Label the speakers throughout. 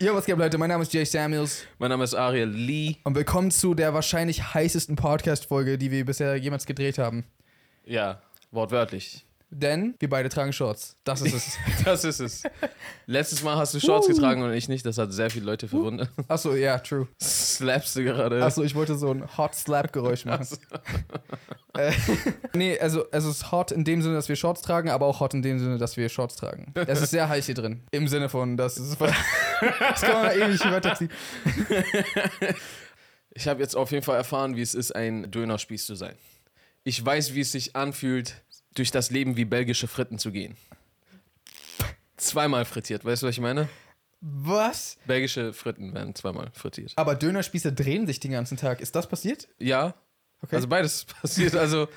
Speaker 1: Yo, was geht, Leute? Mein Name ist Jay Samuels
Speaker 2: Mein Name ist Ariel Lee.
Speaker 1: und willkommen zu der wahrscheinlich heißesten Podcast-Folge, die wir bisher jemals gedreht haben.
Speaker 2: Ja, wortwörtlich.
Speaker 1: Denn wir beide tragen Shorts. Das ist es.
Speaker 2: Das ist es. Letztes Mal hast du Shorts getragen und ich nicht. Das hat sehr viele Leute verwundert.
Speaker 1: Achso, ja, true.
Speaker 2: Slaps du gerade.
Speaker 1: Achso, ich wollte so ein Hot-Slap-Geräusch machen. Äh, nee, also es ist hot in dem Sinne, dass wir Shorts tragen, aber auch hot in dem Sinne, dass wir Shorts tragen. Es ist sehr heiß hier drin. Im Sinne von, das ist. Das kann man ewig übertaxieren.
Speaker 2: Ich habe jetzt auf jeden Fall erfahren, wie es ist, ein Dönerspieß zu sein. Ich weiß, wie es sich anfühlt, durch das Leben wie belgische Fritten zu gehen. Zweimal frittiert, weißt du, was ich meine?
Speaker 1: Was?
Speaker 2: Belgische Fritten werden zweimal frittiert.
Speaker 1: Aber Dönerspieße drehen sich den ganzen Tag. Ist das passiert?
Speaker 2: Ja,
Speaker 1: Okay.
Speaker 2: also beides passiert. Also,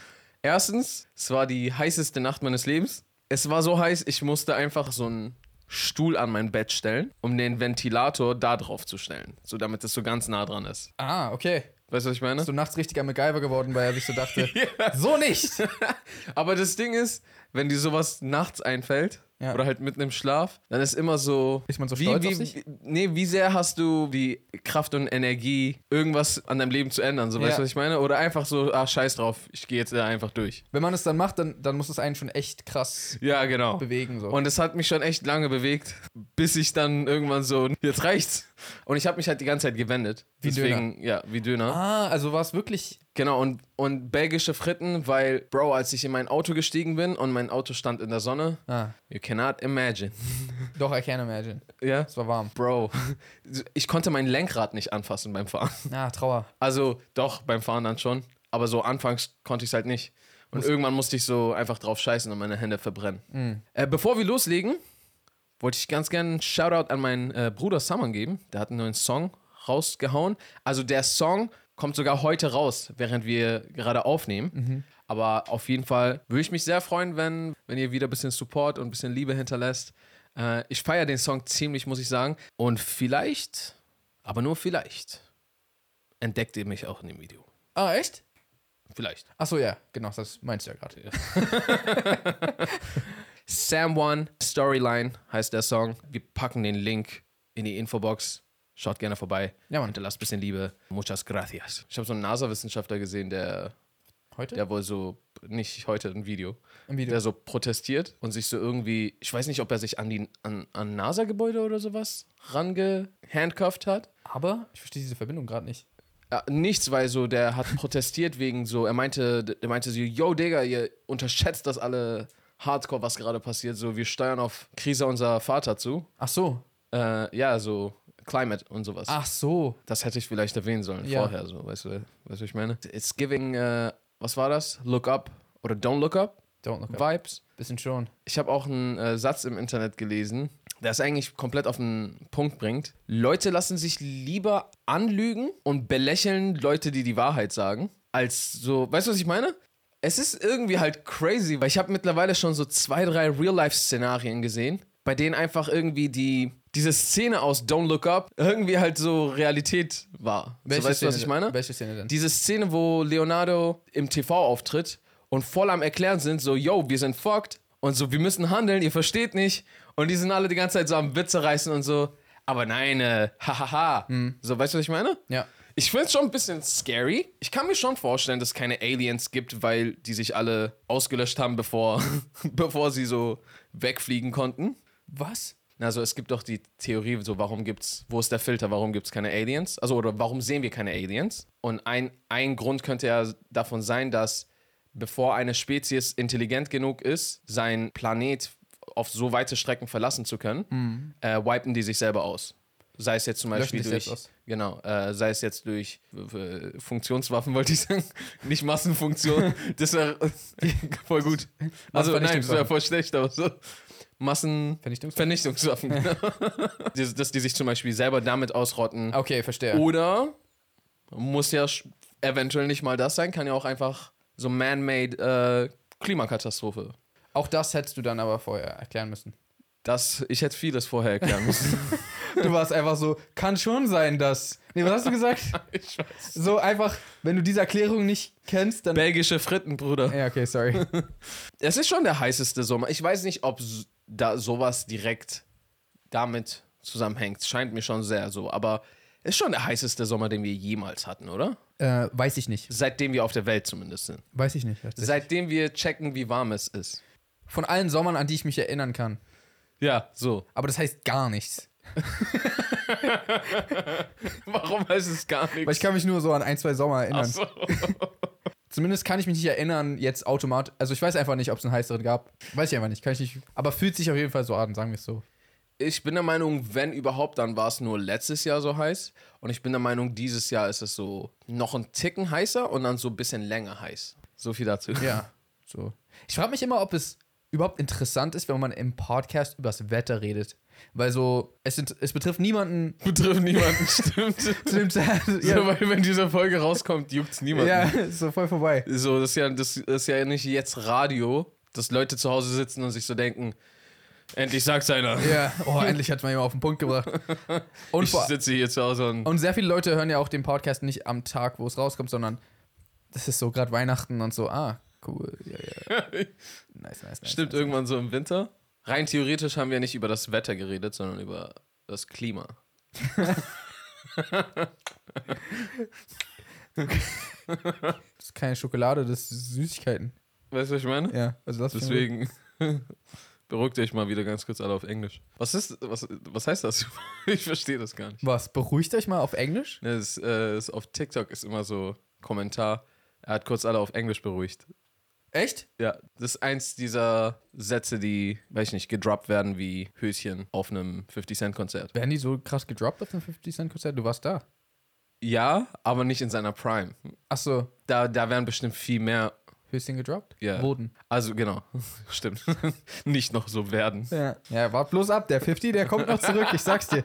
Speaker 2: erstens, es war die heißeste Nacht meines Lebens. Es war so heiß, ich musste einfach so einen Stuhl an mein Bett stellen, um den Ventilator da drauf zu stellen. So damit es so ganz nah dran ist.
Speaker 1: Ah, okay.
Speaker 2: Weißt du, was ich meine?
Speaker 1: Ist so nachts richtiger MacGyver geworden, weil er sich so dachte, so nicht.
Speaker 2: Aber das Ding ist, wenn dir sowas nachts einfällt
Speaker 1: Ja.
Speaker 2: oder halt mitten im Schlaf, dann ist immer so.
Speaker 1: Ist man so
Speaker 2: wie,
Speaker 1: stolz
Speaker 2: wie,
Speaker 1: auf sich?
Speaker 2: wie- Nee, wie sehr hast du die Kraft und Energie, irgendwas an deinem Leben zu ändern? So,
Speaker 1: Ja.
Speaker 2: weißt du, was ich meine? Oder einfach so, ah, scheiß drauf, ich gehe jetzt da einfach durch.
Speaker 1: Wenn man es dann macht, dann, dann muss es einen schon echt krass
Speaker 2: Ja, genau.
Speaker 1: bewegen. So.
Speaker 2: Und es hat mich schon echt lange bewegt, bis ich dann irgendwann so, jetzt reicht's. Und ich habe mich halt die ganze Zeit gewendet.
Speaker 1: Wie
Speaker 2: Deswegen, ja, wie Döner.
Speaker 1: ah, also war es wirklich.
Speaker 2: Genau, und, und belgische Fritten, weil, Bro, als ich in mein Auto gestiegen bin und mein Auto stand in der Sonne,
Speaker 1: Ah,
Speaker 2: you cannot imagine.
Speaker 1: doch, I can imagine.
Speaker 2: Ja?
Speaker 1: Es war warm.
Speaker 2: Bro, ich konnte mein Lenkrad nicht anfassen beim Fahren.
Speaker 1: Ah, Trauer.
Speaker 2: Also doch, beim Fahren dann schon. Aber so anfangs konnte ich es halt nicht. Und irgendwann musste ich so einfach drauf scheißen und meine Hände verbrennen. Äh, bevor wir loslegen, wollte ich ganz gerne einen Shoutout an meinen äh, Bruder Saman geben. Der hat einen neuen Song rausgehauen. Also der Song kommt sogar heute raus, während wir gerade aufnehmen. Aber auf jeden Fall würde ich mich sehr freuen, wenn, wenn ihr wieder ein bisschen Support und ein bisschen Liebe hinterlässt. Äh, ich feiere den Song ziemlich, muss ich sagen. Und vielleicht, aber nur vielleicht, entdeckt ihr mich auch in dem Video.
Speaker 1: Ah, echt?
Speaker 2: Vielleicht.
Speaker 1: Achso, ja, genau, das meinst du ja gerade.
Speaker 2: Sam One Storyline heißt der Song. Wir packen den Link in die Infobox. Schaut gerne vorbei.
Speaker 1: Ja, Mann.
Speaker 2: Hinterlasst ein bisschen Liebe. Muchas gracias. Ich habe so einen NASA-Wissenschaftler gesehen, der,
Speaker 1: Heute?
Speaker 2: der wohl so, nicht heute ein Video,
Speaker 1: Im Video.
Speaker 2: der so protestiert und sich so irgendwie, ich weiß nicht, ob er sich an die an, an NASA-Gebäude oder sowas rangehandcuffed hat.
Speaker 1: Aber ich verstehe diese Verbindung gerade nicht.
Speaker 2: Ja, Äh, nichts, weil so der hat protestiert wegen so, er meinte, der meinte so, yo Digga, ihr unterschätzt das alle hardcore, was gerade passiert, so wir steuern auf Krise unserer Vater zu.
Speaker 1: Ach so.
Speaker 2: Äh, ja, so Climate und sowas.
Speaker 1: Ach so.
Speaker 2: Das hätte ich vielleicht erwähnen sollen
Speaker 1: Ah. Ja.
Speaker 2: vorher, so, weißt du, weißt du, was ich meine? It's giving, äh, was war das? Look up oder don't look up
Speaker 1: Don't look up.
Speaker 2: Vibes.
Speaker 1: Bisschen schon.
Speaker 2: Ich habe auch einen äh, Satz im Internet gelesen, der es eigentlich komplett auf den Punkt bringt. Leute lassen sich lieber anlügen und belächeln Leute, die die Wahrheit sagen, als so, weißt du, was ich meine? Es ist irgendwie halt crazy, weil ich habe mittlerweile schon so zwei, drei Real-Life-Szenarien gesehen, bei denen einfach irgendwie die diese Szene aus Don't Look Up irgendwie halt so Realität war. So, weißt du, was
Speaker 1: Szene
Speaker 2: ich
Speaker 1: denn?
Speaker 2: meine?
Speaker 1: Welche Szene denn?
Speaker 2: diese Szene, wo Leonardo im TV auftritt und voll am Erklären sind, so, yo, wir sind fucked und so, wir müssen handeln, ihr versteht nicht. Und die sind alle die ganze Zeit so am Witze reißen und so, aber nein, äh, hahaha. So, weißt du, was ich meine?
Speaker 1: ja.
Speaker 2: Ich finde es schon ein bisschen scary. Ich kann mir schon vorstellen, dass es keine Aliens gibt, weil die sich alle ausgelöscht haben, bevor, bevor sie so wegfliegen konnten.
Speaker 1: Was?
Speaker 2: Also es gibt doch die Theorie, so warum gibt's, wo ist der Filter, warum gibt's keine Aliens? Also oder warum sehen wir keine Aliens? Und ein, ein Grund könnte ja davon sein, dass bevor eine Spezies intelligent genug ist, seinen Planet auf so weite Strecken verlassen zu können, äh, wipen die sich selber aus. Sei es jetzt zum
Speaker 1: Mhm. Löschen
Speaker 2: Beispiel
Speaker 1: sich
Speaker 2: durch,
Speaker 1: selbst aus.
Speaker 2: genau, äh, sei es jetzt durch äh, Funktionswaffen, wollte ich sagen, nicht Massenfunktion. das wäre voll gut. Also nein, das wäre voll schlecht, aber so Massen
Speaker 1: Vernichtungswaffen?
Speaker 2: Vernichtungswaffen, genau. Die- dass die sich zum Beispiel selber damit ausrotten.
Speaker 1: Ah, Okay, verstehe.
Speaker 2: Oh. Oder muss ja sch- eventuell nicht mal das sein, kann ja auch einfach so man-made äh, Klimakatastrophe.
Speaker 1: Auch das hättest du dann aber vorher erklären müssen.
Speaker 2: Das, ich hätte vieles vorher erklären müssen.
Speaker 1: Du warst einfach so, kann schon sein, dass. Nee, was hast du gesagt?
Speaker 2: Ich weiß.
Speaker 1: So einfach, wenn du diese Erklärung nicht kennst, dann.
Speaker 2: Belgische Fritten, Bruder.
Speaker 1: Ja, okay, sorry.
Speaker 2: Es ist schon der heißeste Sommer. Ich weiß nicht, ob s- da sowas direkt damit zusammenhängt. Scheint mir schon sehr so. Aber ist schon der heißeste Sommer, den wir jemals hatten, oder?
Speaker 1: äh, weiß ich nicht.
Speaker 2: Seitdem wir auf der Welt zumindest sind.
Speaker 1: Weiß ich nicht.
Speaker 2: Seitdem wir checken, wie warm es ist.
Speaker 1: Von allen Sommern, an die ich mich erinnern kann.
Speaker 2: Ja, so.
Speaker 1: Aber das heißt gar nichts.
Speaker 2: Warum heißt es gar
Speaker 1: Weil ich
Speaker 2: nichts?
Speaker 1: kann mich nur so an ein, zwei Sommer erinnern.
Speaker 2: so.
Speaker 1: Zumindest kann ich mich nicht erinnern, jetzt automatisch. Also ich weiß einfach nicht, ob es einen heißeren gab. Weiß ich einfach nicht. Kann ich nicht. Aber fühlt sich auf jeden Fall so an, sagen wir es so.
Speaker 2: Ich bin der Meinung, wenn überhaupt, dann war es nur letztes Jahr so heiß. Und ich bin der Meinung, dieses Jahr ist es so noch ein Ticken heißer und dann so ein bisschen länger heiß. So viel dazu.
Speaker 1: Ja. So. Ich frage mich immer, ob es überhaupt interessant ist, wenn man im Podcast übers Wetter redet. Weil so, es, int- es betrifft niemanden
Speaker 2: Betrifft niemanden, stimmt.
Speaker 1: zu dem Zeitpunkt.
Speaker 2: So,
Speaker 1: Ja,
Speaker 2: weil wenn diese Folge rauskommt, juckt's niemanden.
Speaker 1: ja, so voll vorbei.
Speaker 2: So, das ist, ja, das ist ja nicht jetzt Radio, dass Leute zu Hause sitzen und sich so denken, endlich sagt's einer.
Speaker 1: Ja, oh, endlich hat man jemand auf den Punkt gebracht. Und,
Speaker 2: Ich
Speaker 1: vor,
Speaker 2: sitze hier zu Hause und...
Speaker 1: und sehr viele Leute hören ja auch den Podcast nicht am Tag, wo es rauskommt, sondern das ist so gerade Weihnachten und so, ah, cool. Ja, ja. Nice, nice, nice.
Speaker 2: Stimmt,
Speaker 1: nice.
Speaker 2: irgendwann so im Winter. Rein theoretisch haben wir nicht über das Wetter geredet, sondern über das Klima.
Speaker 1: Das ist keine Schokolade, das ist Süßigkeiten.
Speaker 2: Weißt du, was ich meine?
Speaker 1: Ja, also das
Speaker 2: Deswegen beruhigt euch mal wieder ganz kurz alle auf Englisch. Was ist, was, was heißt das? Ich verstehe das gar nicht.
Speaker 1: Was, beruhigt euch mal auf Englisch?
Speaker 2: Ne, Es, äh, es auf TikTok ist immer so Kommentar, er hat kurz alle auf Englisch beruhigt.
Speaker 1: Echt?
Speaker 2: Ja, das ist eins dieser Sätze, die, weiß ich nicht, gedroppt werden wie Höschen auf einem 50-Cent-Konzert.
Speaker 1: Werden die so krass gedroppt auf dem 50 Cent Konzert? Du warst da.
Speaker 2: Ja, aber nicht in seiner Prime.
Speaker 1: Achso,
Speaker 2: Da, da wären bestimmt viel mehr.
Speaker 1: Höschen gedroppt?
Speaker 2: Ja.
Speaker 1: Boden.
Speaker 2: Also, genau. Stimmt. nicht noch so werden.
Speaker 1: Ja. ja, wart bloß ab. Der 50, der kommt noch zurück, ich sag's dir.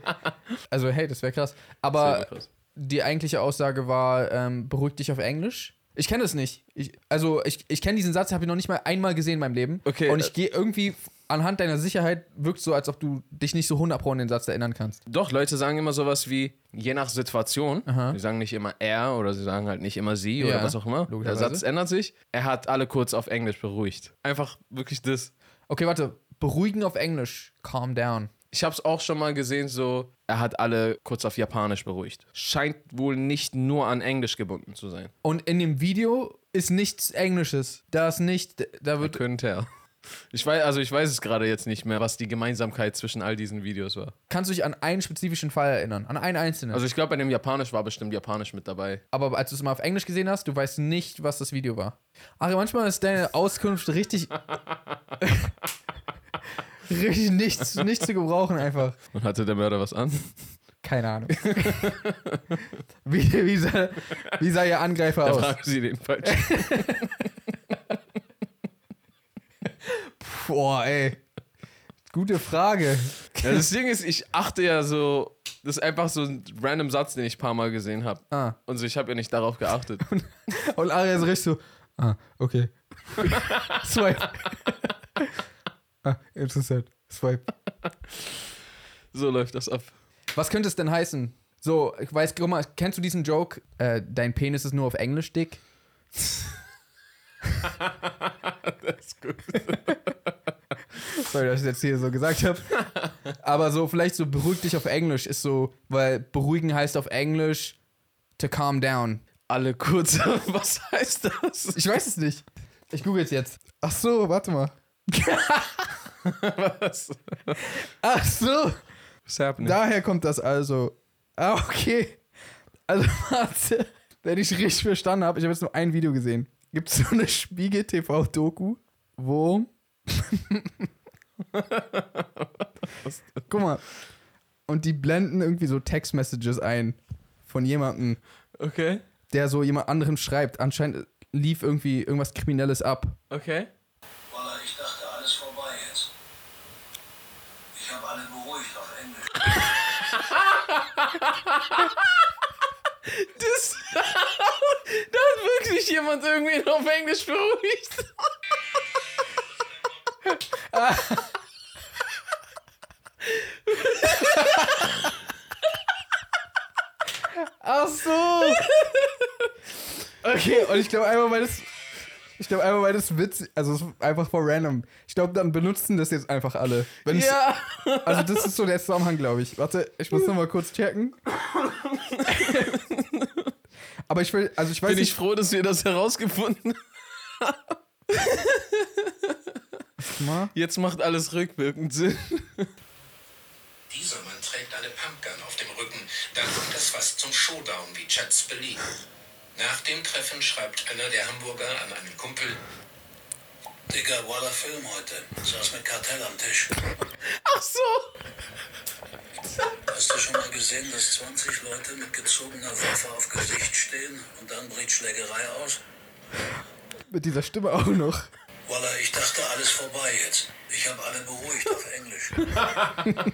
Speaker 1: Also, hey, das wäre krass. Aber
Speaker 2: Sehr krass.
Speaker 1: die eigentliche Aussage war, ähm, beruhig dich auf Englisch. Ich kenne das nicht. Ich, also, ich, ich kenne diesen Satz, habe ich noch nicht mal einmal gesehen in meinem Leben.
Speaker 2: Okay, äh
Speaker 1: Und ich gehe irgendwie f- anhand deiner Sicherheit, wirkt so, als ob du dich nicht so 100 an den Satz erinnern kannst.
Speaker 2: Doch, Leute sagen immer sowas wie, je nach Situation,
Speaker 1: Aha.
Speaker 2: sie sagen nicht immer er oder sie sagen halt nicht immer sie
Speaker 1: Ja,
Speaker 2: oder was auch immer. Der
Speaker 1: logischerweise.
Speaker 2: Satz ändert sich. Er hat alle kurz auf Englisch beruhigt. Einfach wirklich das.
Speaker 1: Okay, warte. Beruhigen auf Englisch. Calm down.
Speaker 2: Ich hab's auch schon mal gesehen, so, er hat alle kurz auf Japanisch beruhigt. Scheint wohl nicht nur an Englisch gebunden zu sein.
Speaker 1: Und in dem Video ist nichts Englisches. Da ist nicht, da wird
Speaker 2: Könnte er. Ich weiß, also ich weiß es gerade jetzt nicht mehr, was die Gemeinsamkeit zwischen all diesen Videos war.
Speaker 1: Kannst du dich an einen spezifischen Fall erinnern? An einen einzelnen.
Speaker 2: Also ich glaube, bei dem Japanisch war bestimmt Japanisch mit dabei.
Speaker 1: aber als du es mal auf Englisch gesehen hast, du weißt nicht, was das Video war. Ach, manchmal ist deine Auskunft richtig. richtig nichts, nichts zu gebrauchen, einfach.
Speaker 2: Und hatte der Mörder was an?
Speaker 1: Keine Ahnung. wie, wie, sah, wie sah ihr Angreifer
Speaker 2: Da
Speaker 1: aus?
Speaker 2: fragen sie den falschen.
Speaker 1: Boah, ey. Gute Frage.
Speaker 2: Ja, das Ding ist, ich achte ja so, das ist einfach so ein random Satz, den ich ein paar Mal gesehen habe.
Speaker 1: Ah.
Speaker 2: Und so, ich habe ja nicht darauf geachtet.
Speaker 1: Und Aria ist richtig so. Ah, okay. Swipe. ah, interessant. Swipe.
Speaker 2: So läuft das ab.
Speaker 1: Was könnte es denn heißen? So, ich weiß, guck mal, kennst du diesen Joke? Äh, dein Penis ist nur auf Englisch dick.
Speaker 2: Das ist gut.
Speaker 1: Sorry, dass ich das jetzt hier so gesagt habe. Aber so, vielleicht so beruhig dich auf Englisch ist so, weil beruhigen heißt auf Englisch to calm down.
Speaker 2: Alle kurz, was heißt das?
Speaker 1: Ich weiß es nicht. Ich google es jetzt. Ach so, warte mal.
Speaker 2: Was?
Speaker 1: Ach so,
Speaker 2: What's happening?
Speaker 1: daher kommt das also. Ah, okay. Also, warte. Wenn ich richtig verstanden habe, ich habe jetzt nur ein Video gesehen. Gibt es so eine Spiegel-TV-Doku, wo Guck mal. Und die blenden irgendwie so Text-Messages ein von jemandem,
Speaker 2: Okay,
Speaker 1: der so jemand anderem schreibt. Anscheinend lief irgendwie irgendwas Kriminelles ab.
Speaker 2: okay.
Speaker 3: Wallah, ich dachte, alles vorbei jetzt. Ich habe alle beruhigt auf Englisch.
Speaker 2: Das, da hat wirklich jemand irgendwie auf Englisch beruhigt.
Speaker 1: Ach so. Okay, und ich glaube einmal, weil das. Ich glaube einmal, weil das Witz, also es ist einfach voll random. Ich glaube, dann benutzen das jetzt einfach alle. Wenn ich's-
Speaker 2: Ja.
Speaker 1: Also das ist so der Zusammenhang, glaube ich. Warte, ich muss noch mal kurz checken. Aber ich will, also ich weiß
Speaker 2: Bin ich
Speaker 1: nicht,
Speaker 2: froh, dass wir das herausgefunden haben.
Speaker 1: mal.
Speaker 2: Jetzt macht alles rückwirkend Sinn.
Speaker 4: Dieser Mann trägt eine Pumpgun auf dem Rücken. Dann kommt es fast zum Showdown, wie Chats beliebt. Nach dem Treffen schreibt einer der Hamburger ne, an einen Kumpel.
Speaker 3: Digga, war der Film heute. Saß mit Kartell am Tisch.
Speaker 2: Ach so.
Speaker 3: Hast du schon mal gesehen, dass 20 Leute mit gezogener Waffe auf Gesicht stehen und dann bricht Schlägerei aus?
Speaker 1: mit dieser Stimme auch noch.
Speaker 3: Walla, ich dachte, alles vorbei jetzt. Ich habe alle beruhigt auf Englisch.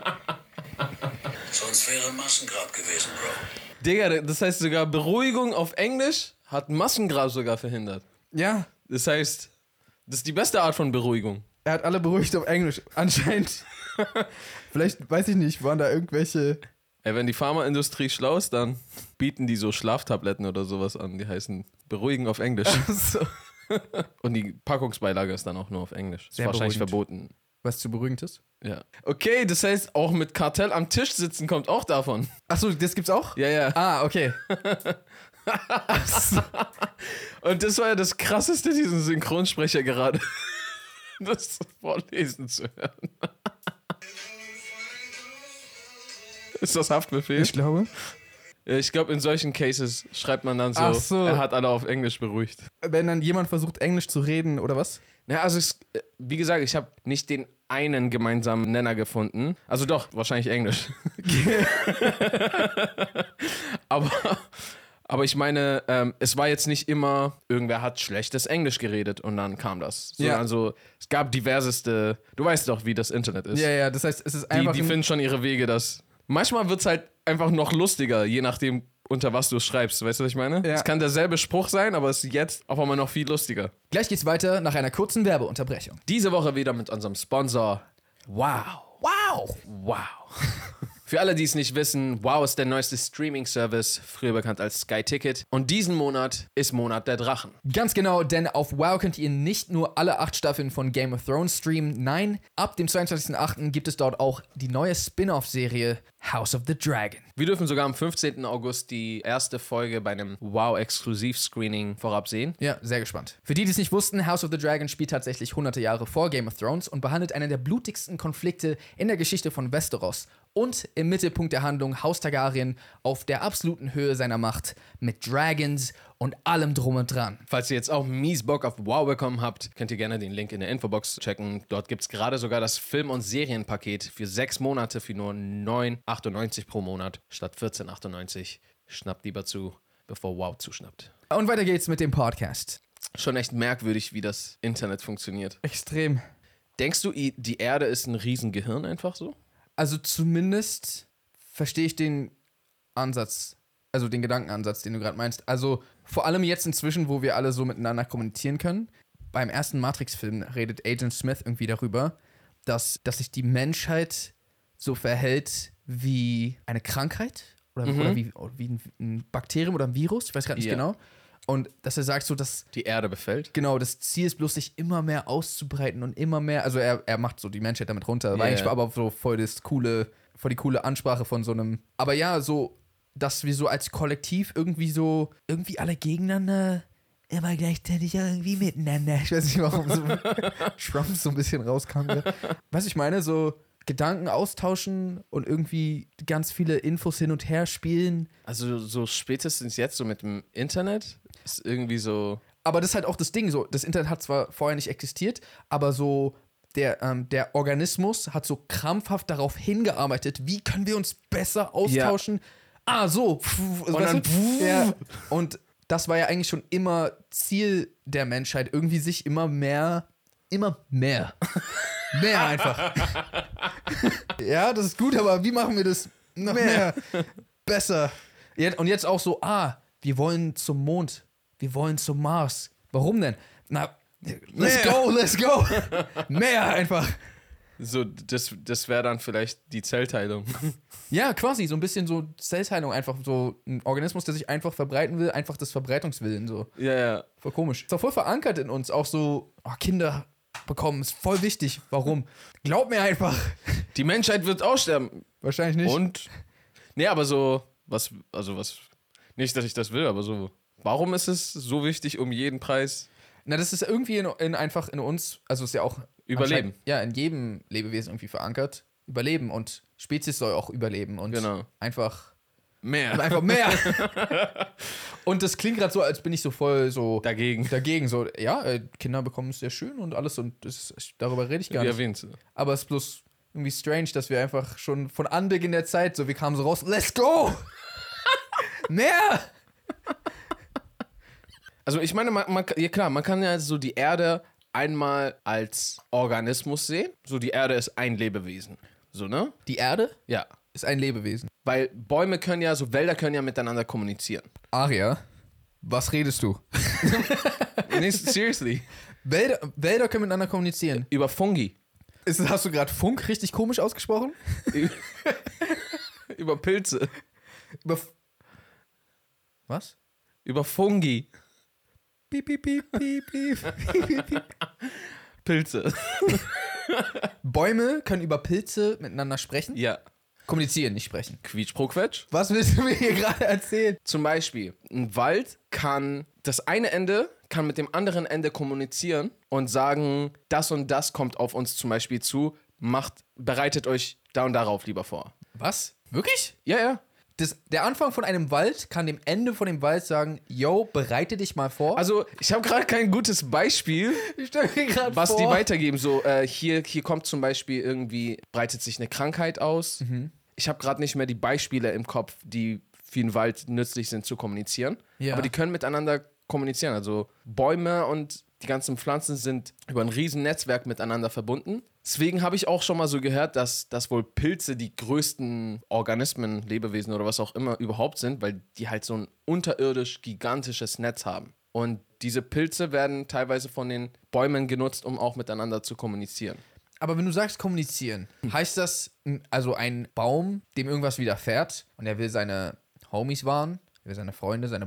Speaker 3: Sonst wäre Massengrab gewesen, Bro.
Speaker 2: Digga, das heißt sogar Beruhigung auf Englisch hat Massengrab sogar verhindert.
Speaker 1: Ja,
Speaker 2: Das heißt, das ist die beste Art von Beruhigung.
Speaker 1: er hat alle beruhigt auf Englisch. Anscheinend. Vielleicht, weiß ich nicht, waren da irgendwelche.
Speaker 2: Ey, wenn die Pharmaindustrie schlau ist, dann bieten die so Schlaftabletten oder sowas an. Die heißen Beruhigen auf Englisch.
Speaker 1: So.
Speaker 2: Und die Packungsbeilage ist dann auch nur auf Englisch. Ist
Speaker 1: Sehr
Speaker 2: wahrscheinlich verboten.
Speaker 1: Was zu beruhigend ist?
Speaker 2: Ja. Okay, das heißt, auch mit Kartell am Tisch sitzen kommt auch davon.
Speaker 1: Achso, das gibt's auch?
Speaker 2: Ja, ja.
Speaker 1: Ah, okay.
Speaker 2: Und das war ja das Krasseste, diesen Synchronsprecher gerade das vorlesen zu hören. Ist das Haftbefehl?
Speaker 1: Ich glaube.
Speaker 2: Ja, Ich glaube, in solchen Cases schreibt man dann so,
Speaker 1: Ach so.
Speaker 2: er hat alle auf Englisch beruhigt.
Speaker 1: Wenn dann jemand versucht, Englisch zu reden oder was?
Speaker 2: Ja, also es, äh, wie gesagt, ich habe nicht den einen gemeinsamen Nenner gefunden. Also doch, wahrscheinlich Englisch. aber, aber ich meine, ähm, es war jetzt nicht immer, irgendwer hat schlechtes Englisch geredet und dann kam das.
Speaker 1: Ja.
Speaker 2: Sondern also es gab diverseste, du weißt doch, wie das Internet ist.
Speaker 1: Ja, ja, das heißt, es ist
Speaker 2: Die,
Speaker 1: einfach.
Speaker 2: die
Speaker 1: ein-
Speaker 2: finden schon ihre Wege, dass. Manchmal wird es halt einfach noch lustiger, je nachdem, unter was du es schreibst. Weißt du, was ich meine?
Speaker 1: Ja.
Speaker 2: Es kann derselbe Spruch sein, aber es ist jetzt auf einmal noch viel lustiger.
Speaker 1: Gleich geht's weiter nach einer kurzen Werbeunterbrechung.
Speaker 2: Diese Woche wieder mit unserem Sponsor. Wow.
Speaker 1: Wow!
Speaker 2: Wow. Für alle, die es nicht wissen, Wow ist der neueste Streaming-Service, früher bekannt als Sky Ticket. Und diesen Monat ist Monat der Drachen.
Speaker 1: Ganz genau, denn auf WoW könnt ihr nicht nur alle acht Staffeln von Game of Thrones streamen, nein, ab dem 22.08. gibt es dort auch die neue Spin-off-Serie House of the Dragon.
Speaker 2: Wir dürfen sogar am 15. August die erste Folge bei einem Wow-Exklusiv-Screening vorab sehen.
Speaker 1: Ja, sehr gespannt. Für die, die es nicht wussten, House of the Dragon spielt tatsächlich hunderte Jahre vor Game of Thrones und behandelt einen der blutigsten Konflikte in der Geschichte von Westeros und im Mittelpunkt der Handlung Haus Targaryen auf der absoluten Höhe seiner Macht mit Dragons und allem drum und dran.
Speaker 2: Falls ihr jetzt auch mies Bock auf Wow bekommen habt, könnt ihr gerne den Link in der Infobox checken. Dort gibt es gerade sogar das Film- und Serienpaket für sechs Monate für nur 9,98 pro Monat statt 14,98. Schnappt lieber zu, bevor Wow zuschnappt.
Speaker 1: Und weiter geht's mit dem Podcast.
Speaker 2: Schon echt merkwürdig, wie das Internet funktioniert.
Speaker 1: Extrem.
Speaker 2: Denkst du, i- die Erde ist ein Riesengehirn einfach so?
Speaker 1: Also zumindest verstehe ich den Ansatz, also den Gedankenansatz, den du gerade meinst. Also vor allem jetzt inzwischen, wo wir alle so miteinander kommunizieren können. Beim ersten Matrix-Film redet Agent Smith irgendwie darüber, dass, dass sich die Menschheit so verhält wie eine Krankheit oder, oder wie, oder wie ein- ein Bakterium oder ein Virus, ich weiß gerade nicht
Speaker 2: Ja.
Speaker 1: genau. Und dass er sagt so, dass
Speaker 2: Die Erde befällt?
Speaker 1: Genau, das Ziel ist bloß, sich immer mehr auszubreiten und immer mehr. Also er, er macht so die Menschheit damit runter.
Speaker 2: Ja,
Speaker 1: Weil eigentlich
Speaker 2: ja.
Speaker 1: war aber so voll das coole, voll die coole Ansprache von so einem. Aber ja, so, dass wir so als Kollektiv irgendwie so, irgendwie alle gegeneinander immer gleichzeitig irgendwie miteinander. Ich weiß nicht, warum so Trump so ein bisschen rauskam. Was ich meine, so Gedanken austauschen und irgendwie ganz viele Infos hin und her spielen.
Speaker 2: Also so spätestens jetzt so mit dem Internet ist irgendwie so...
Speaker 1: aber das ist halt auch das Ding, so, das Internet hat zwar vorher nicht existiert, aber so der, ähm, der Organismus hat so krampfhaft darauf hingearbeitet, wie können wir uns besser austauschen. Ah, so. Pff, und,
Speaker 2: dann pff.
Speaker 1: ja. und das war ja eigentlich schon immer Ziel der Menschheit, irgendwie sich immer mehr, immer mehr. mehr einfach. ja, das ist gut, aber wie machen wir das noch mehr? besser. Jetzt, und jetzt auch so, ah, wir wollen zum Mond, wir wollen zum Mars. Warum denn? Na, let's
Speaker 2: Mehr.
Speaker 1: go, let's go. Mehr einfach.
Speaker 2: So, das, das wäre dann vielleicht die Zellteilung.
Speaker 1: Ja, quasi, so ein bisschen so Zellteilung, einfach so ein Organismus, der sich einfach verbreiten will, einfach das Verbreitungswillen so.
Speaker 2: ja, ja.
Speaker 1: Voll komisch. Ist doch voll verankert in uns, auch so, oh, Kinder bekommen, ist voll wichtig. Warum? Glaub mir einfach.
Speaker 2: Die Menschheit wird aussterben.
Speaker 1: Wahrscheinlich nicht.
Speaker 2: Und? Nee, aber so, was, also was, nicht, dass ich das will, aber so, warum ist es so wichtig um jeden Preis?
Speaker 1: Na, das ist irgendwie in, in einfach in uns, also ist ja auch
Speaker 2: Überleben.
Speaker 1: anscheinend- Ja, in jedem Lebewesen irgendwie verankert. Überleben und Spezies soll auch überleben und
Speaker 2: Genau.
Speaker 1: einfach
Speaker 2: Mehr.
Speaker 1: einfach mehr. und das klingt gerade so, als bin ich so voll so
Speaker 2: Dagegen.
Speaker 1: dagegen so ja, äh, Kinder bekommen ist sehr schön und alles und das ist, darüber rede ich gar
Speaker 2: Wie
Speaker 1: nicht.
Speaker 2: erwähnt.
Speaker 1: Aber es ist bloß irgendwie strange, dass wir einfach schon von Anbeginn der Zeit so wir kamen so raus, let's go. mehr.
Speaker 2: Also ich meine, man, man, ja klar, man kann ja so die Erde einmal als Organismus sehen. So die Erde ist ein Lebewesen. So, ne?
Speaker 1: Die Erde
Speaker 2: Ja.
Speaker 1: ist ein Lebewesen.
Speaker 2: Weil Bäume können ja, so Wälder können ja miteinander kommunizieren.
Speaker 1: Aria, was redest du?
Speaker 2: Nee, seriously.
Speaker 1: Wälder, Wälder können miteinander kommunizieren.
Speaker 2: Über Fungi.
Speaker 1: Ist, hast du gerade Funk richtig komisch ausgesprochen?
Speaker 2: Über Pilze.
Speaker 1: Über F- Was?
Speaker 2: Über Fungi.
Speaker 1: Piep, piep, piep, piep, piep.
Speaker 2: Pilze.
Speaker 1: Bäume können über Pilze miteinander sprechen?
Speaker 2: Ja.
Speaker 1: Kommunizieren, nicht sprechen.
Speaker 2: Quietsch pro Quetsch.
Speaker 1: Was willst du mir hier gerade erzählen?
Speaker 2: Zum Beispiel, ein Wald kann, das eine Ende kann mit dem anderen Ende kommunizieren und sagen, das und das kommt auf uns zum Beispiel zu, macht, bereitet euch da und darauf lieber vor.
Speaker 1: Was? Wirklich?
Speaker 2: Ja, ja.
Speaker 1: Das, der Anfang von einem Wald kann dem Ende von dem Wald sagen, yo, bereite dich mal vor.
Speaker 2: Also, ich habe gerade kein gutes Beispiel,
Speaker 1: ich stelle mir gerade
Speaker 2: was die weitergeben. So, äh, hier, hier kommt zum Beispiel irgendwie, breitet sich eine Krankheit aus. Ich habe gerade nicht mehr die Beispiele im Kopf, die für den Wald nützlich sind zu kommunizieren.
Speaker 1: Ja.
Speaker 2: Aber die können miteinander kommunizieren. Also Bäume und die ganzen Pflanzen sind über ein riesen Netzwerk miteinander verbunden. Deswegen habe ich auch schon mal so gehört, dass, dass wohl Pilze die größten Organismen, Lebewesen oder was auch immer überhaupt sind, weil die halt so ein unterirdisch gigantisches Netz haben. Und diese Pilze werden teilweise von den Bäumen genutzt, um auch miteinander zu kommunizieren.
Speaker 1: Aber wenn du sagst kommunizieren, heißt das m, also ein Baum, dem irgendwas widerfährt und er will seine Homies warnen, er will seine Freunde, seine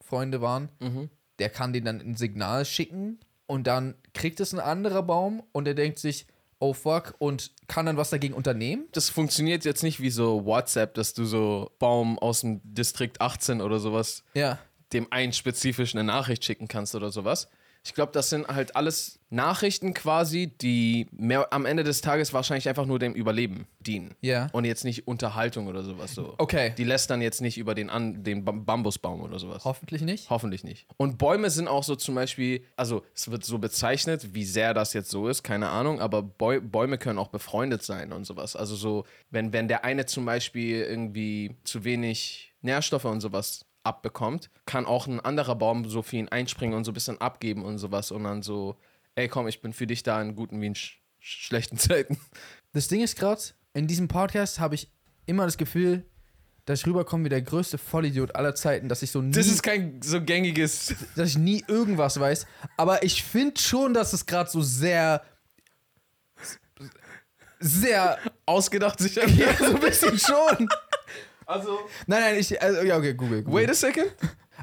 Speaker 1: Baumfreunde warnen, der kann den dann ein Signal schicken und dann kriegt es ein anderer Baum und er denkt sich, oh fuck, und kann dann was dagegen unternehmen?
Speaker 2: das funktioniert jetzt nicht wie so WhatsApp, dass du so Baum aus dem Distrikt 18 oder sowas
Speaker 1: Ja.
Speaker 2: dem einen spezifisch eine Nachricht schicken kannst oder sowas. Ich glaube, das sind halt alles Nachrichten quasi, die mehr am Ende des Tages wahrscheinlich einfach nur dem Überleben dienen.
Speaker 1: Ja.
Speaker 2: Und jetzt nicht Unterhaltung oder sowas so.
Speaker 1: Okay.
Speaker 2: Die lässt dann jetzt nicht über den, an, den Bam- Bambusbaum oder sowas.
Speaker 1: Hoffentlich nicht.
Speaker 2: Hoffentlich nicht. Und Bäume sind auch so zum Beispiel, also es wird so bezeichnet, wie sehr das jetzt so ist, keine Ahnung, aber Bäu Bäume können auch befreundet sein und sowas. Also so, wenn, wenn der eine zum Beispiel irgendwie zu wenig Nährstoffe und sowas abbekommt, kann auch ein anderer Baum so für ihn einspringen und so ein bisschen abgeben und sowas und dann so, ey komm, ich bin für dich da in guten wie in sch schlechten Zeiten.
Speaker 1: Das Ding ist gerade, in diesem Podcast habe ich immer das Gefühl, dass ich rüberkomme wie der größte Vollidiot aller Zeiten, dass ich so nie
Speaker 2: Das ist kein so gängiges
Speaker 1: dass ich nie irgendwas weiß. Aber ich finde schon, dass es gerade so sehr. Sehr.
Speaker 2: ausgedacht sich.
Speaker 1: Ja, so ein bisschen schon.
Speaker 2: Also,
Speaker 1: Nein, nein, ich. Also, ja, okay, Google. Google.
Speaker 2: wait a second.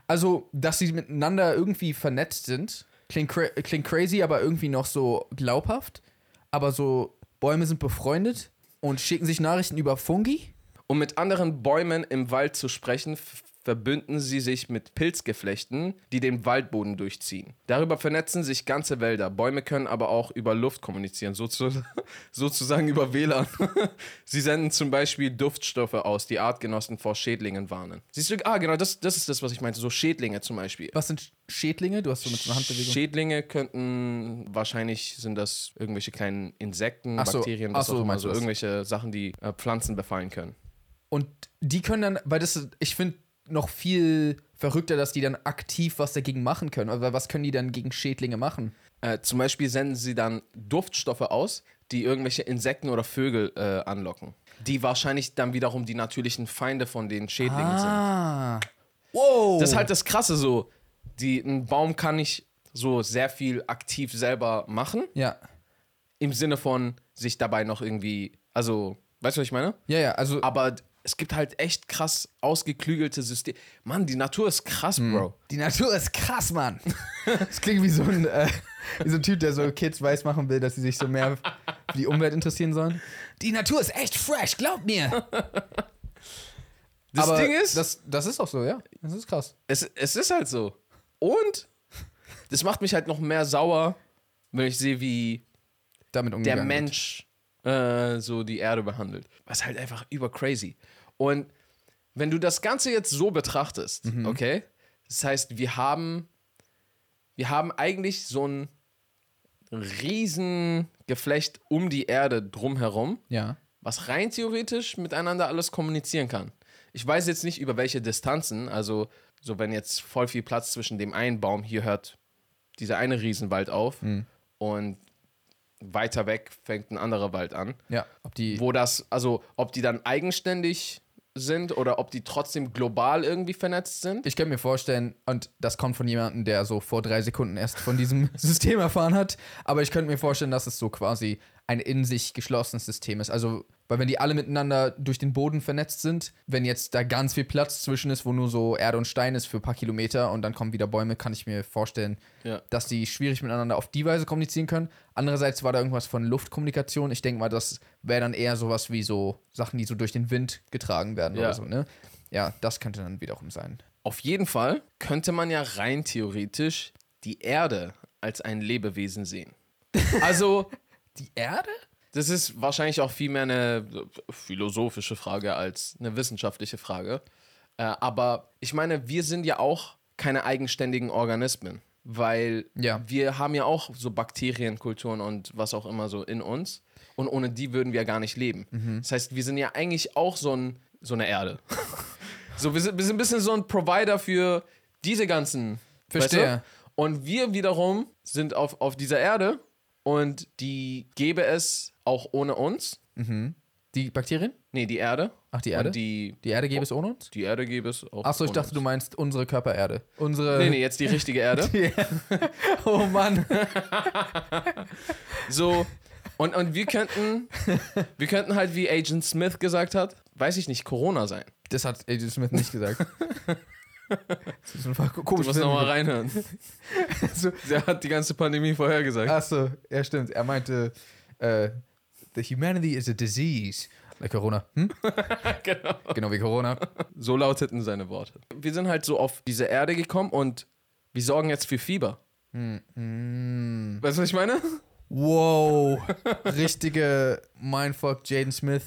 Speaker 1: Also, dass sie miteinander irgendwie vernetzt sind, klingt, cra klingt crazy, aber irgendwie noch so glaubhaft. Aber so, Bäume sind befreundet und schicken sich Nachrichten über Fungi.
Speaker 2: Um mit anderen Bäumen im Wald zu sprechen, f- verbünden sie sich mit Pilzgeflechten, die den Waldboden durchziehen. Darüber vernetzen sich ganze Wälder. Bäume können aber auch über Luft kommunizieren, sozu- sozusagen über WLAN. sie senden zum Beispiel Duftstoffe aus, die Artgenossen vor Schädlingen warnen. Siehst du, ah genau, das, das ist das, was ich meinte, so Schädlinge zum Beispiel.
Speaker 1: Was sind Sch- Schädlinge? Du hast so mit einer Handbewegung.
Speaker 2: Schädlinge könnten wahrscheinlich sind das irgendwelche kleinen Insekten,
Speaker 1: Ach so,
Speaker 2: Bakterien,
Speaker 1: ach
Speaker 2: was
Speaker 1: so,
Speaker 2: auch immer,
Speaker 1: meinst du
Speaker 2: so
Speaker 1: das?
Speaker 2: irgendwelche Sachen, die äh, Pflanzen befallen können.
Speaker 1: Und die können dann, weil das, ist- ich finde noch viel verrückter, dass die dann aktiv was dagegen machen können. Aber was können die dann gegen Schädlinge machen?
Speaker 2: Äh, zum Beispiel senden sie dann Duftstoffe aus, die irgendwelche Insekten oder Vögel äh, anlocken. Die wahrscheinlich dann wiederum die natürlichen Feinde von den Schädlingen sind.
Speaker 1: Ah. Wow.
Speaker 2: Das ist halt das Krasse so. Die, ein Baum kann nicht so sehr viel aktiv selber machen,
Speaker 1: ja.
Speaker 2: im Sinne von, sich dabei noch irgendwie, also, weißt du, was ich meine?
Speaker 1: Ja, ja, also
Speaker 2: Aber es gibt halt echt krass ausgeklügelte Systeme. Mann, die Natur ist krass, Bro.
Speaker 1: die Natur ist krass, Mann. Das klingt wie so ein, äh, wie so ein Typ, der so Kids weiß machen will, dass sie sich so mehr für die Umwelt interessieren sollen. Die Natur ist echt fresh, glaub mir.
Speaker 2: Das Ding ist,
Speaker 1: das, das ist auch so, ja. Das ist krass.
Speaker 2: es, es ist halt so. Und das macht mich halt noch mehr sauer, wenn ich sehe, wie
Speaker 1: Damit umgegangen.
Speaker 2: der
Speaker 1: wird.
Speaker 2: Mensch äh, so die Erde behandelt. Was halt einfach über crazy. Und wenn du das Ganze jetzt so betrachtest, okay, das heißt, wir haben, wir haben eigentlich so ein Riesengeflecht um die Erde drumherum,
Speaker 1: Ja.
Speaker 2: was rein theoretisch miteinander alles kommunizieren kann. Ich weiß jetzt nicht über welche Distanzen, also so wenn jetzt voll viel Platz zwischen dem einen Baum hier hört dieser eine Riesenwald auf und weiter weg fängt ein anderer Wald an,
Speaker 1: Ja. Ob die.
Speaker 2: wo das also ob die dann eigenständig sind oder ob die trotzdem global irgendwie vernetzt sind.
Speaker 1: Ich könnte mir vorstellen, und das kommt von jemandem, der so vor drei Sekunden erst von diesem System erfahren hat, aber ich könnte mir vorstellen, dass es so quasi ein in sich geschlossenes System ist. Also, weil wenn die alle miteinander durch den Boden vernetzt sind, wenn jetzt da ganz viel Platz zwischen ist, wo nur so Erde und Stein ist für ein paar Kilometer und dann kommen wieder Bäume, kann ich mir vorstellen,
Speaker 2: Ja.
Speaker 1: dass die schwierig miteinander auf die Weise kommunizieren können. Andererseits war da irgendwas von Luftkommunikation. Ich denke mal, das wäre dann eher sowas wie so Sachen, die so durch den Wind getragen werden
Speaker 2: Ja.
Speaker 1: oder so, ne? Ja, das könnte dann wiederum sein.
Speaker 2: Auf jeden Fall könnte man ja rein theoretisch die Erde als ein Lebewesen sehen. Also
Speaker 1: Die Erde?
Speaker 2: Das ist wahrscheinlich auch viel mehr eine äh, philosophische Frage als eine wissenschaftliche Frage. Äh, aber ich meine, wir sind ja auch keine eigenständigen Organismen, weil
Speaker 1: Ja.
Speaker 2: wir haben ja auch so Bakterienkulturen und was auch immer so in uns. Und ohne die würden wir gar nicht leben. Das heißt, wir sind ja eigentlich auch so, ein, so eine Erde. so, wir sind, wir sind ein bisschen so ein Provider für diese ganzen.
Speaker 1: Verstehe.
Speaker 2: Weißt du? Und wir wiederum sind auf, auf dieser Erde und die gäbe es auch ohne uns.
Speaker 1: Die Bakterien?
Speaker 2: Nee, die Erde.
Speaker 1: Ach, die Erde?
Speaker 2: Und die,
Speaker 1: Die Erde gäbe es ohne uns?
Speaker 2: die Erde gäbe es auch
Speaker 1: Achso, ich
Speaker 2: ohne
Speaker 1: dachte, du
Speaker 2: uns.
Speaker 1: meinst unsere Körpererde. Unsere.
Speaker 2: Nee, nee, jetzt die richtige Erde.
Speaker 1: Oh Mann.
Speaker 2: So, und, und wir könnten, wir könnten halt, wie Agent Smith gesagt hat, weiß ich nicht, Corona sein.
Speaker 1: Das hat Agent Smith nicht gesagt. das ist einfach
Speaker 2: Du
Speaker 1: komisch.
Speaker 2: musst nochmal reinhören.
Speaker 1: So.
Speaker 2: Der hat die ganze Pandemie vorhergesagt.
Speaker 1: Achso, ja, stimmt. Er meinte, äh, The humanity is a disease. Like Corona. Hm?
Speaker 2: Genau.
Speaker 1: Genau wie Corona.
Speaker 2: So lauteten seine Worte. Wir sind halt so auf diese Erde gekommen und wir sorgen jetzt für Fieber. Weißt du, was ich meine?
Speaker 1: Wow. Richtige Mindfuck Jaden Smith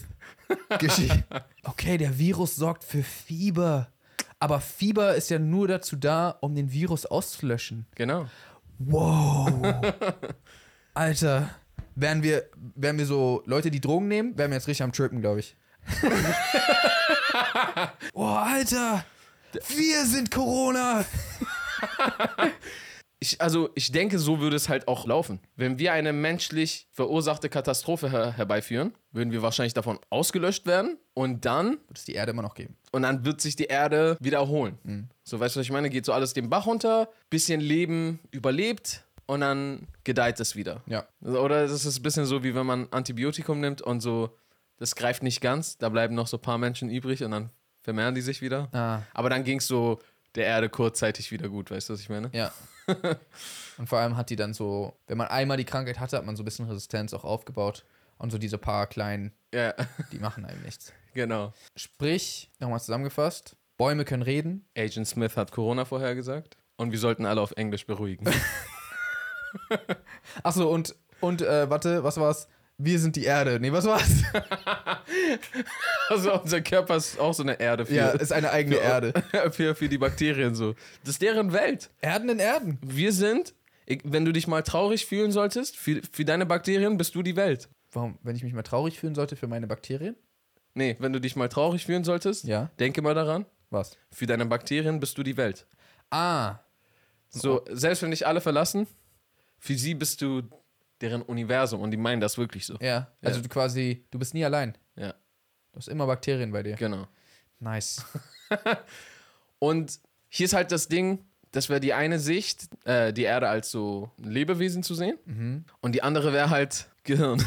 Speaker 1: Geschichte. Okay, der Virus sorgt für Fieber. Aber Fieber ist ja nur dazu da, um den Virus auszulöschen.
Speaker 2: Genau.
Speaker 1: Wow. Alter. Wären wir, wären wir so Leute, die Drogen nehmen, wären wir jetzt richtig am Trippen, glaube ich. oh, Alter. Wir sind Corona.
Speaker 2: Ich, also, ich denke, so würde es halt auch laufen. Wenn wir eine menschlich verursachte Katastrophe her herbeiführen, würden wir wahrscheinlich davon ausgelöscht werden und dann,
Speaker 1: Wird es die Erde immer noch geben?
Speaker 2: und dann wird sich die Erde wiederholen. So, weißt du, was ich meine? Geht so alles den Bach runter, bisschen Leben überlebt und dann gedeiht es wieder.
Speaker 1: Ja.
Speaker 2: Also, Oder es ist ein bisschen so, wie wenn man Antibiotikum nimmt und so, das greift nicht ganz, da bleiben noch so ein paar Menschen übrig und dann vermehren die sich wieder.
Speaker 1: Ah.
Speaker 2: Aber dann ging es so der Erde kurzzeitig wieder gut, weißt du, was ich meine?
Speaker 1: Ja. Und vor allem hat die dann so, wenn man einmal die Krankheit hatte, hat man so ein bisschen Resistenz auch aufgebaut. Und so diese paar kleinen,
Speaker 2: Ja,
Speaker 1: die machen einem nichts.
Speaker 2: genau.
Speaker 1: Sprich, nochmal zusammengefasst, Bäume können reden.
Speaker 2: Agent Smith hat Corona vorhergesagt und wir sollten alle auf Englisch beruhigen.
Speaker 1: Achso, und, und äh, warte, was war's? Wir sind die Erde. Nee, was war's?
Speaker 2: also unser Körper ist auch so eine Erde für,
Speaker 1: Ja, ist eine eigene Erde.
Speaker 2: für, für die Bakterien so. Das ist deren Welt.
Speaker 1: Erden in Erden.
Speaker 2: Wir sind, ich- wenn du dich mal traurig fühlen solltest, für, für deine Bakterien bist du die Welt.
Speaker 1: Warum, wenn ich mich mal traurig fühlen sollte für meine Bakterien?
Speaker 2: Nee, wenn du dich mal traurig fühlen solltest,
Speaker 1: Ja.
Speaker 2: denke mal daran,
Speaker 1: Was?
Speaker 2: für deine Bakterien bist du die Welt.
Speaker 1: Ah,
Speaker 2: So, selbst wenn dich alle verlassen, für sie bist du deren Universum und die meinen das wirklich so.
Speaker 1: ja. Also
Speaker 2: Ja.
Speaker 1: du quasi, du bist nie allein.
Speaker 2: ja
Speaker 1: Du hast immer Bakterien bei dir.
Speaker 2: genau.
Speaker 1: Nice.
Speaker 2: Und hier ist halt das Ding, das wäre die Mhm. eine Sicht, äh, die Erde als so ein Lebewesen zu sehen. Und die andere wäre halt Gehirn.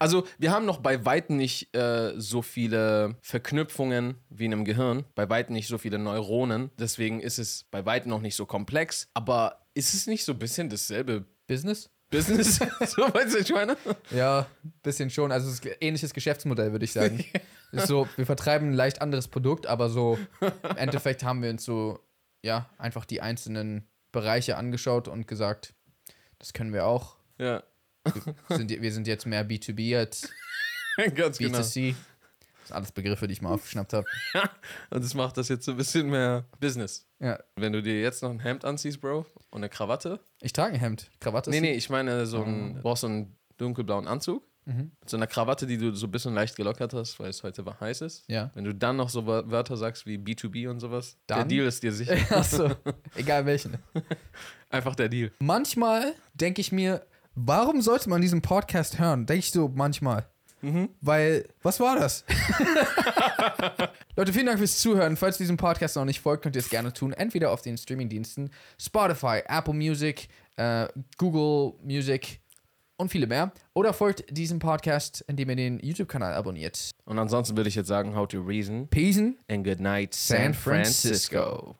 Speaker 2: Also wir haben noch bei weitem nicht äh, so viele Verknüpfungen wie in einem Gehirn, bei weitem nicht so viele Neuronen. Deswegen ist es bei weitem noch nicht so komplex. Aber ist es nicht so ein bisschen dasselbe
Speaker 1: Business?
Speaker 2: Business? so weißt du, ich meine?
Speaker 1: Ja, bisschen schon. Also es ist ein ähnliches Geschäftsmodell, würde ich sagen. Ist so, wir vertreiben ein leicht anderes Produkt, aber so im Endeffekt haben wir uns so, ja, einfach die einzelnen Bereiche angeschaut und gesagt, das können wir auch.
Speaker 2: Ja,
Speaker 1: Sind, wir sind jetzt mehr B2B als
Speaker 2: ganz genau.
Speaker 1: B2C. Das sind alles Begriffe, die ich mal aufgeschnappt habe.
Speaker 2: Und das macht das jetzt so ein bisschen mehr Business.
Speaker 1: Ja.
Speaker 2: Wenn du dir jetzt noch ein Hemd anziehst, Bro, und eine Krawatte.
Speaker 1: Ich trage ein Hemd. Krawatte
Speaker 2: Nee,
Speaker 1: ist
Speaker 2: nee, ich meine, so
Speaker 1: Ah.
Speaker 2: ein, du brauchst so einen dunkelblauen Anzug.
Speaker 1: Mhm.
Speaker 2: Mit so einer Krawatte, die du so ein bisschen leicht gelockert hast, weil es heute wa- heiß ist.
Speaker 1: Ja.
Speaker 2: Wenn du dann noch so Wör- Wörter sagst wie B2B und sowas,
Speaker 1: Dann?
Speaker 2: der Deal ist dir sicher.
Speaker 1: Achso, egal welchen.
Speaker 2: Einfach der Deal.
Speaker 1: Manchmal denke ich mir, warum sollte man diesen Podcast hören? Denke ich so manchmal. Weil, was war das? Leute, vielen Dank fürs Zuhören. Falls ihr diesem Podcast noch nicht folgt, könnt ihr es gerne tun. Entweder auf den Streamingdiensten Spotify, Apple Music, äh, Google Music und viele mehr. Oder folgt diesem Podcast, indem ihr den YouTube-Kanal abonniert.
Speaker 2: Und ansonsten würde ich jetzt sagen, how to reason
Speaker 1: Peace.
Speaker 2: and good night,
Speaker 1: San Francisco.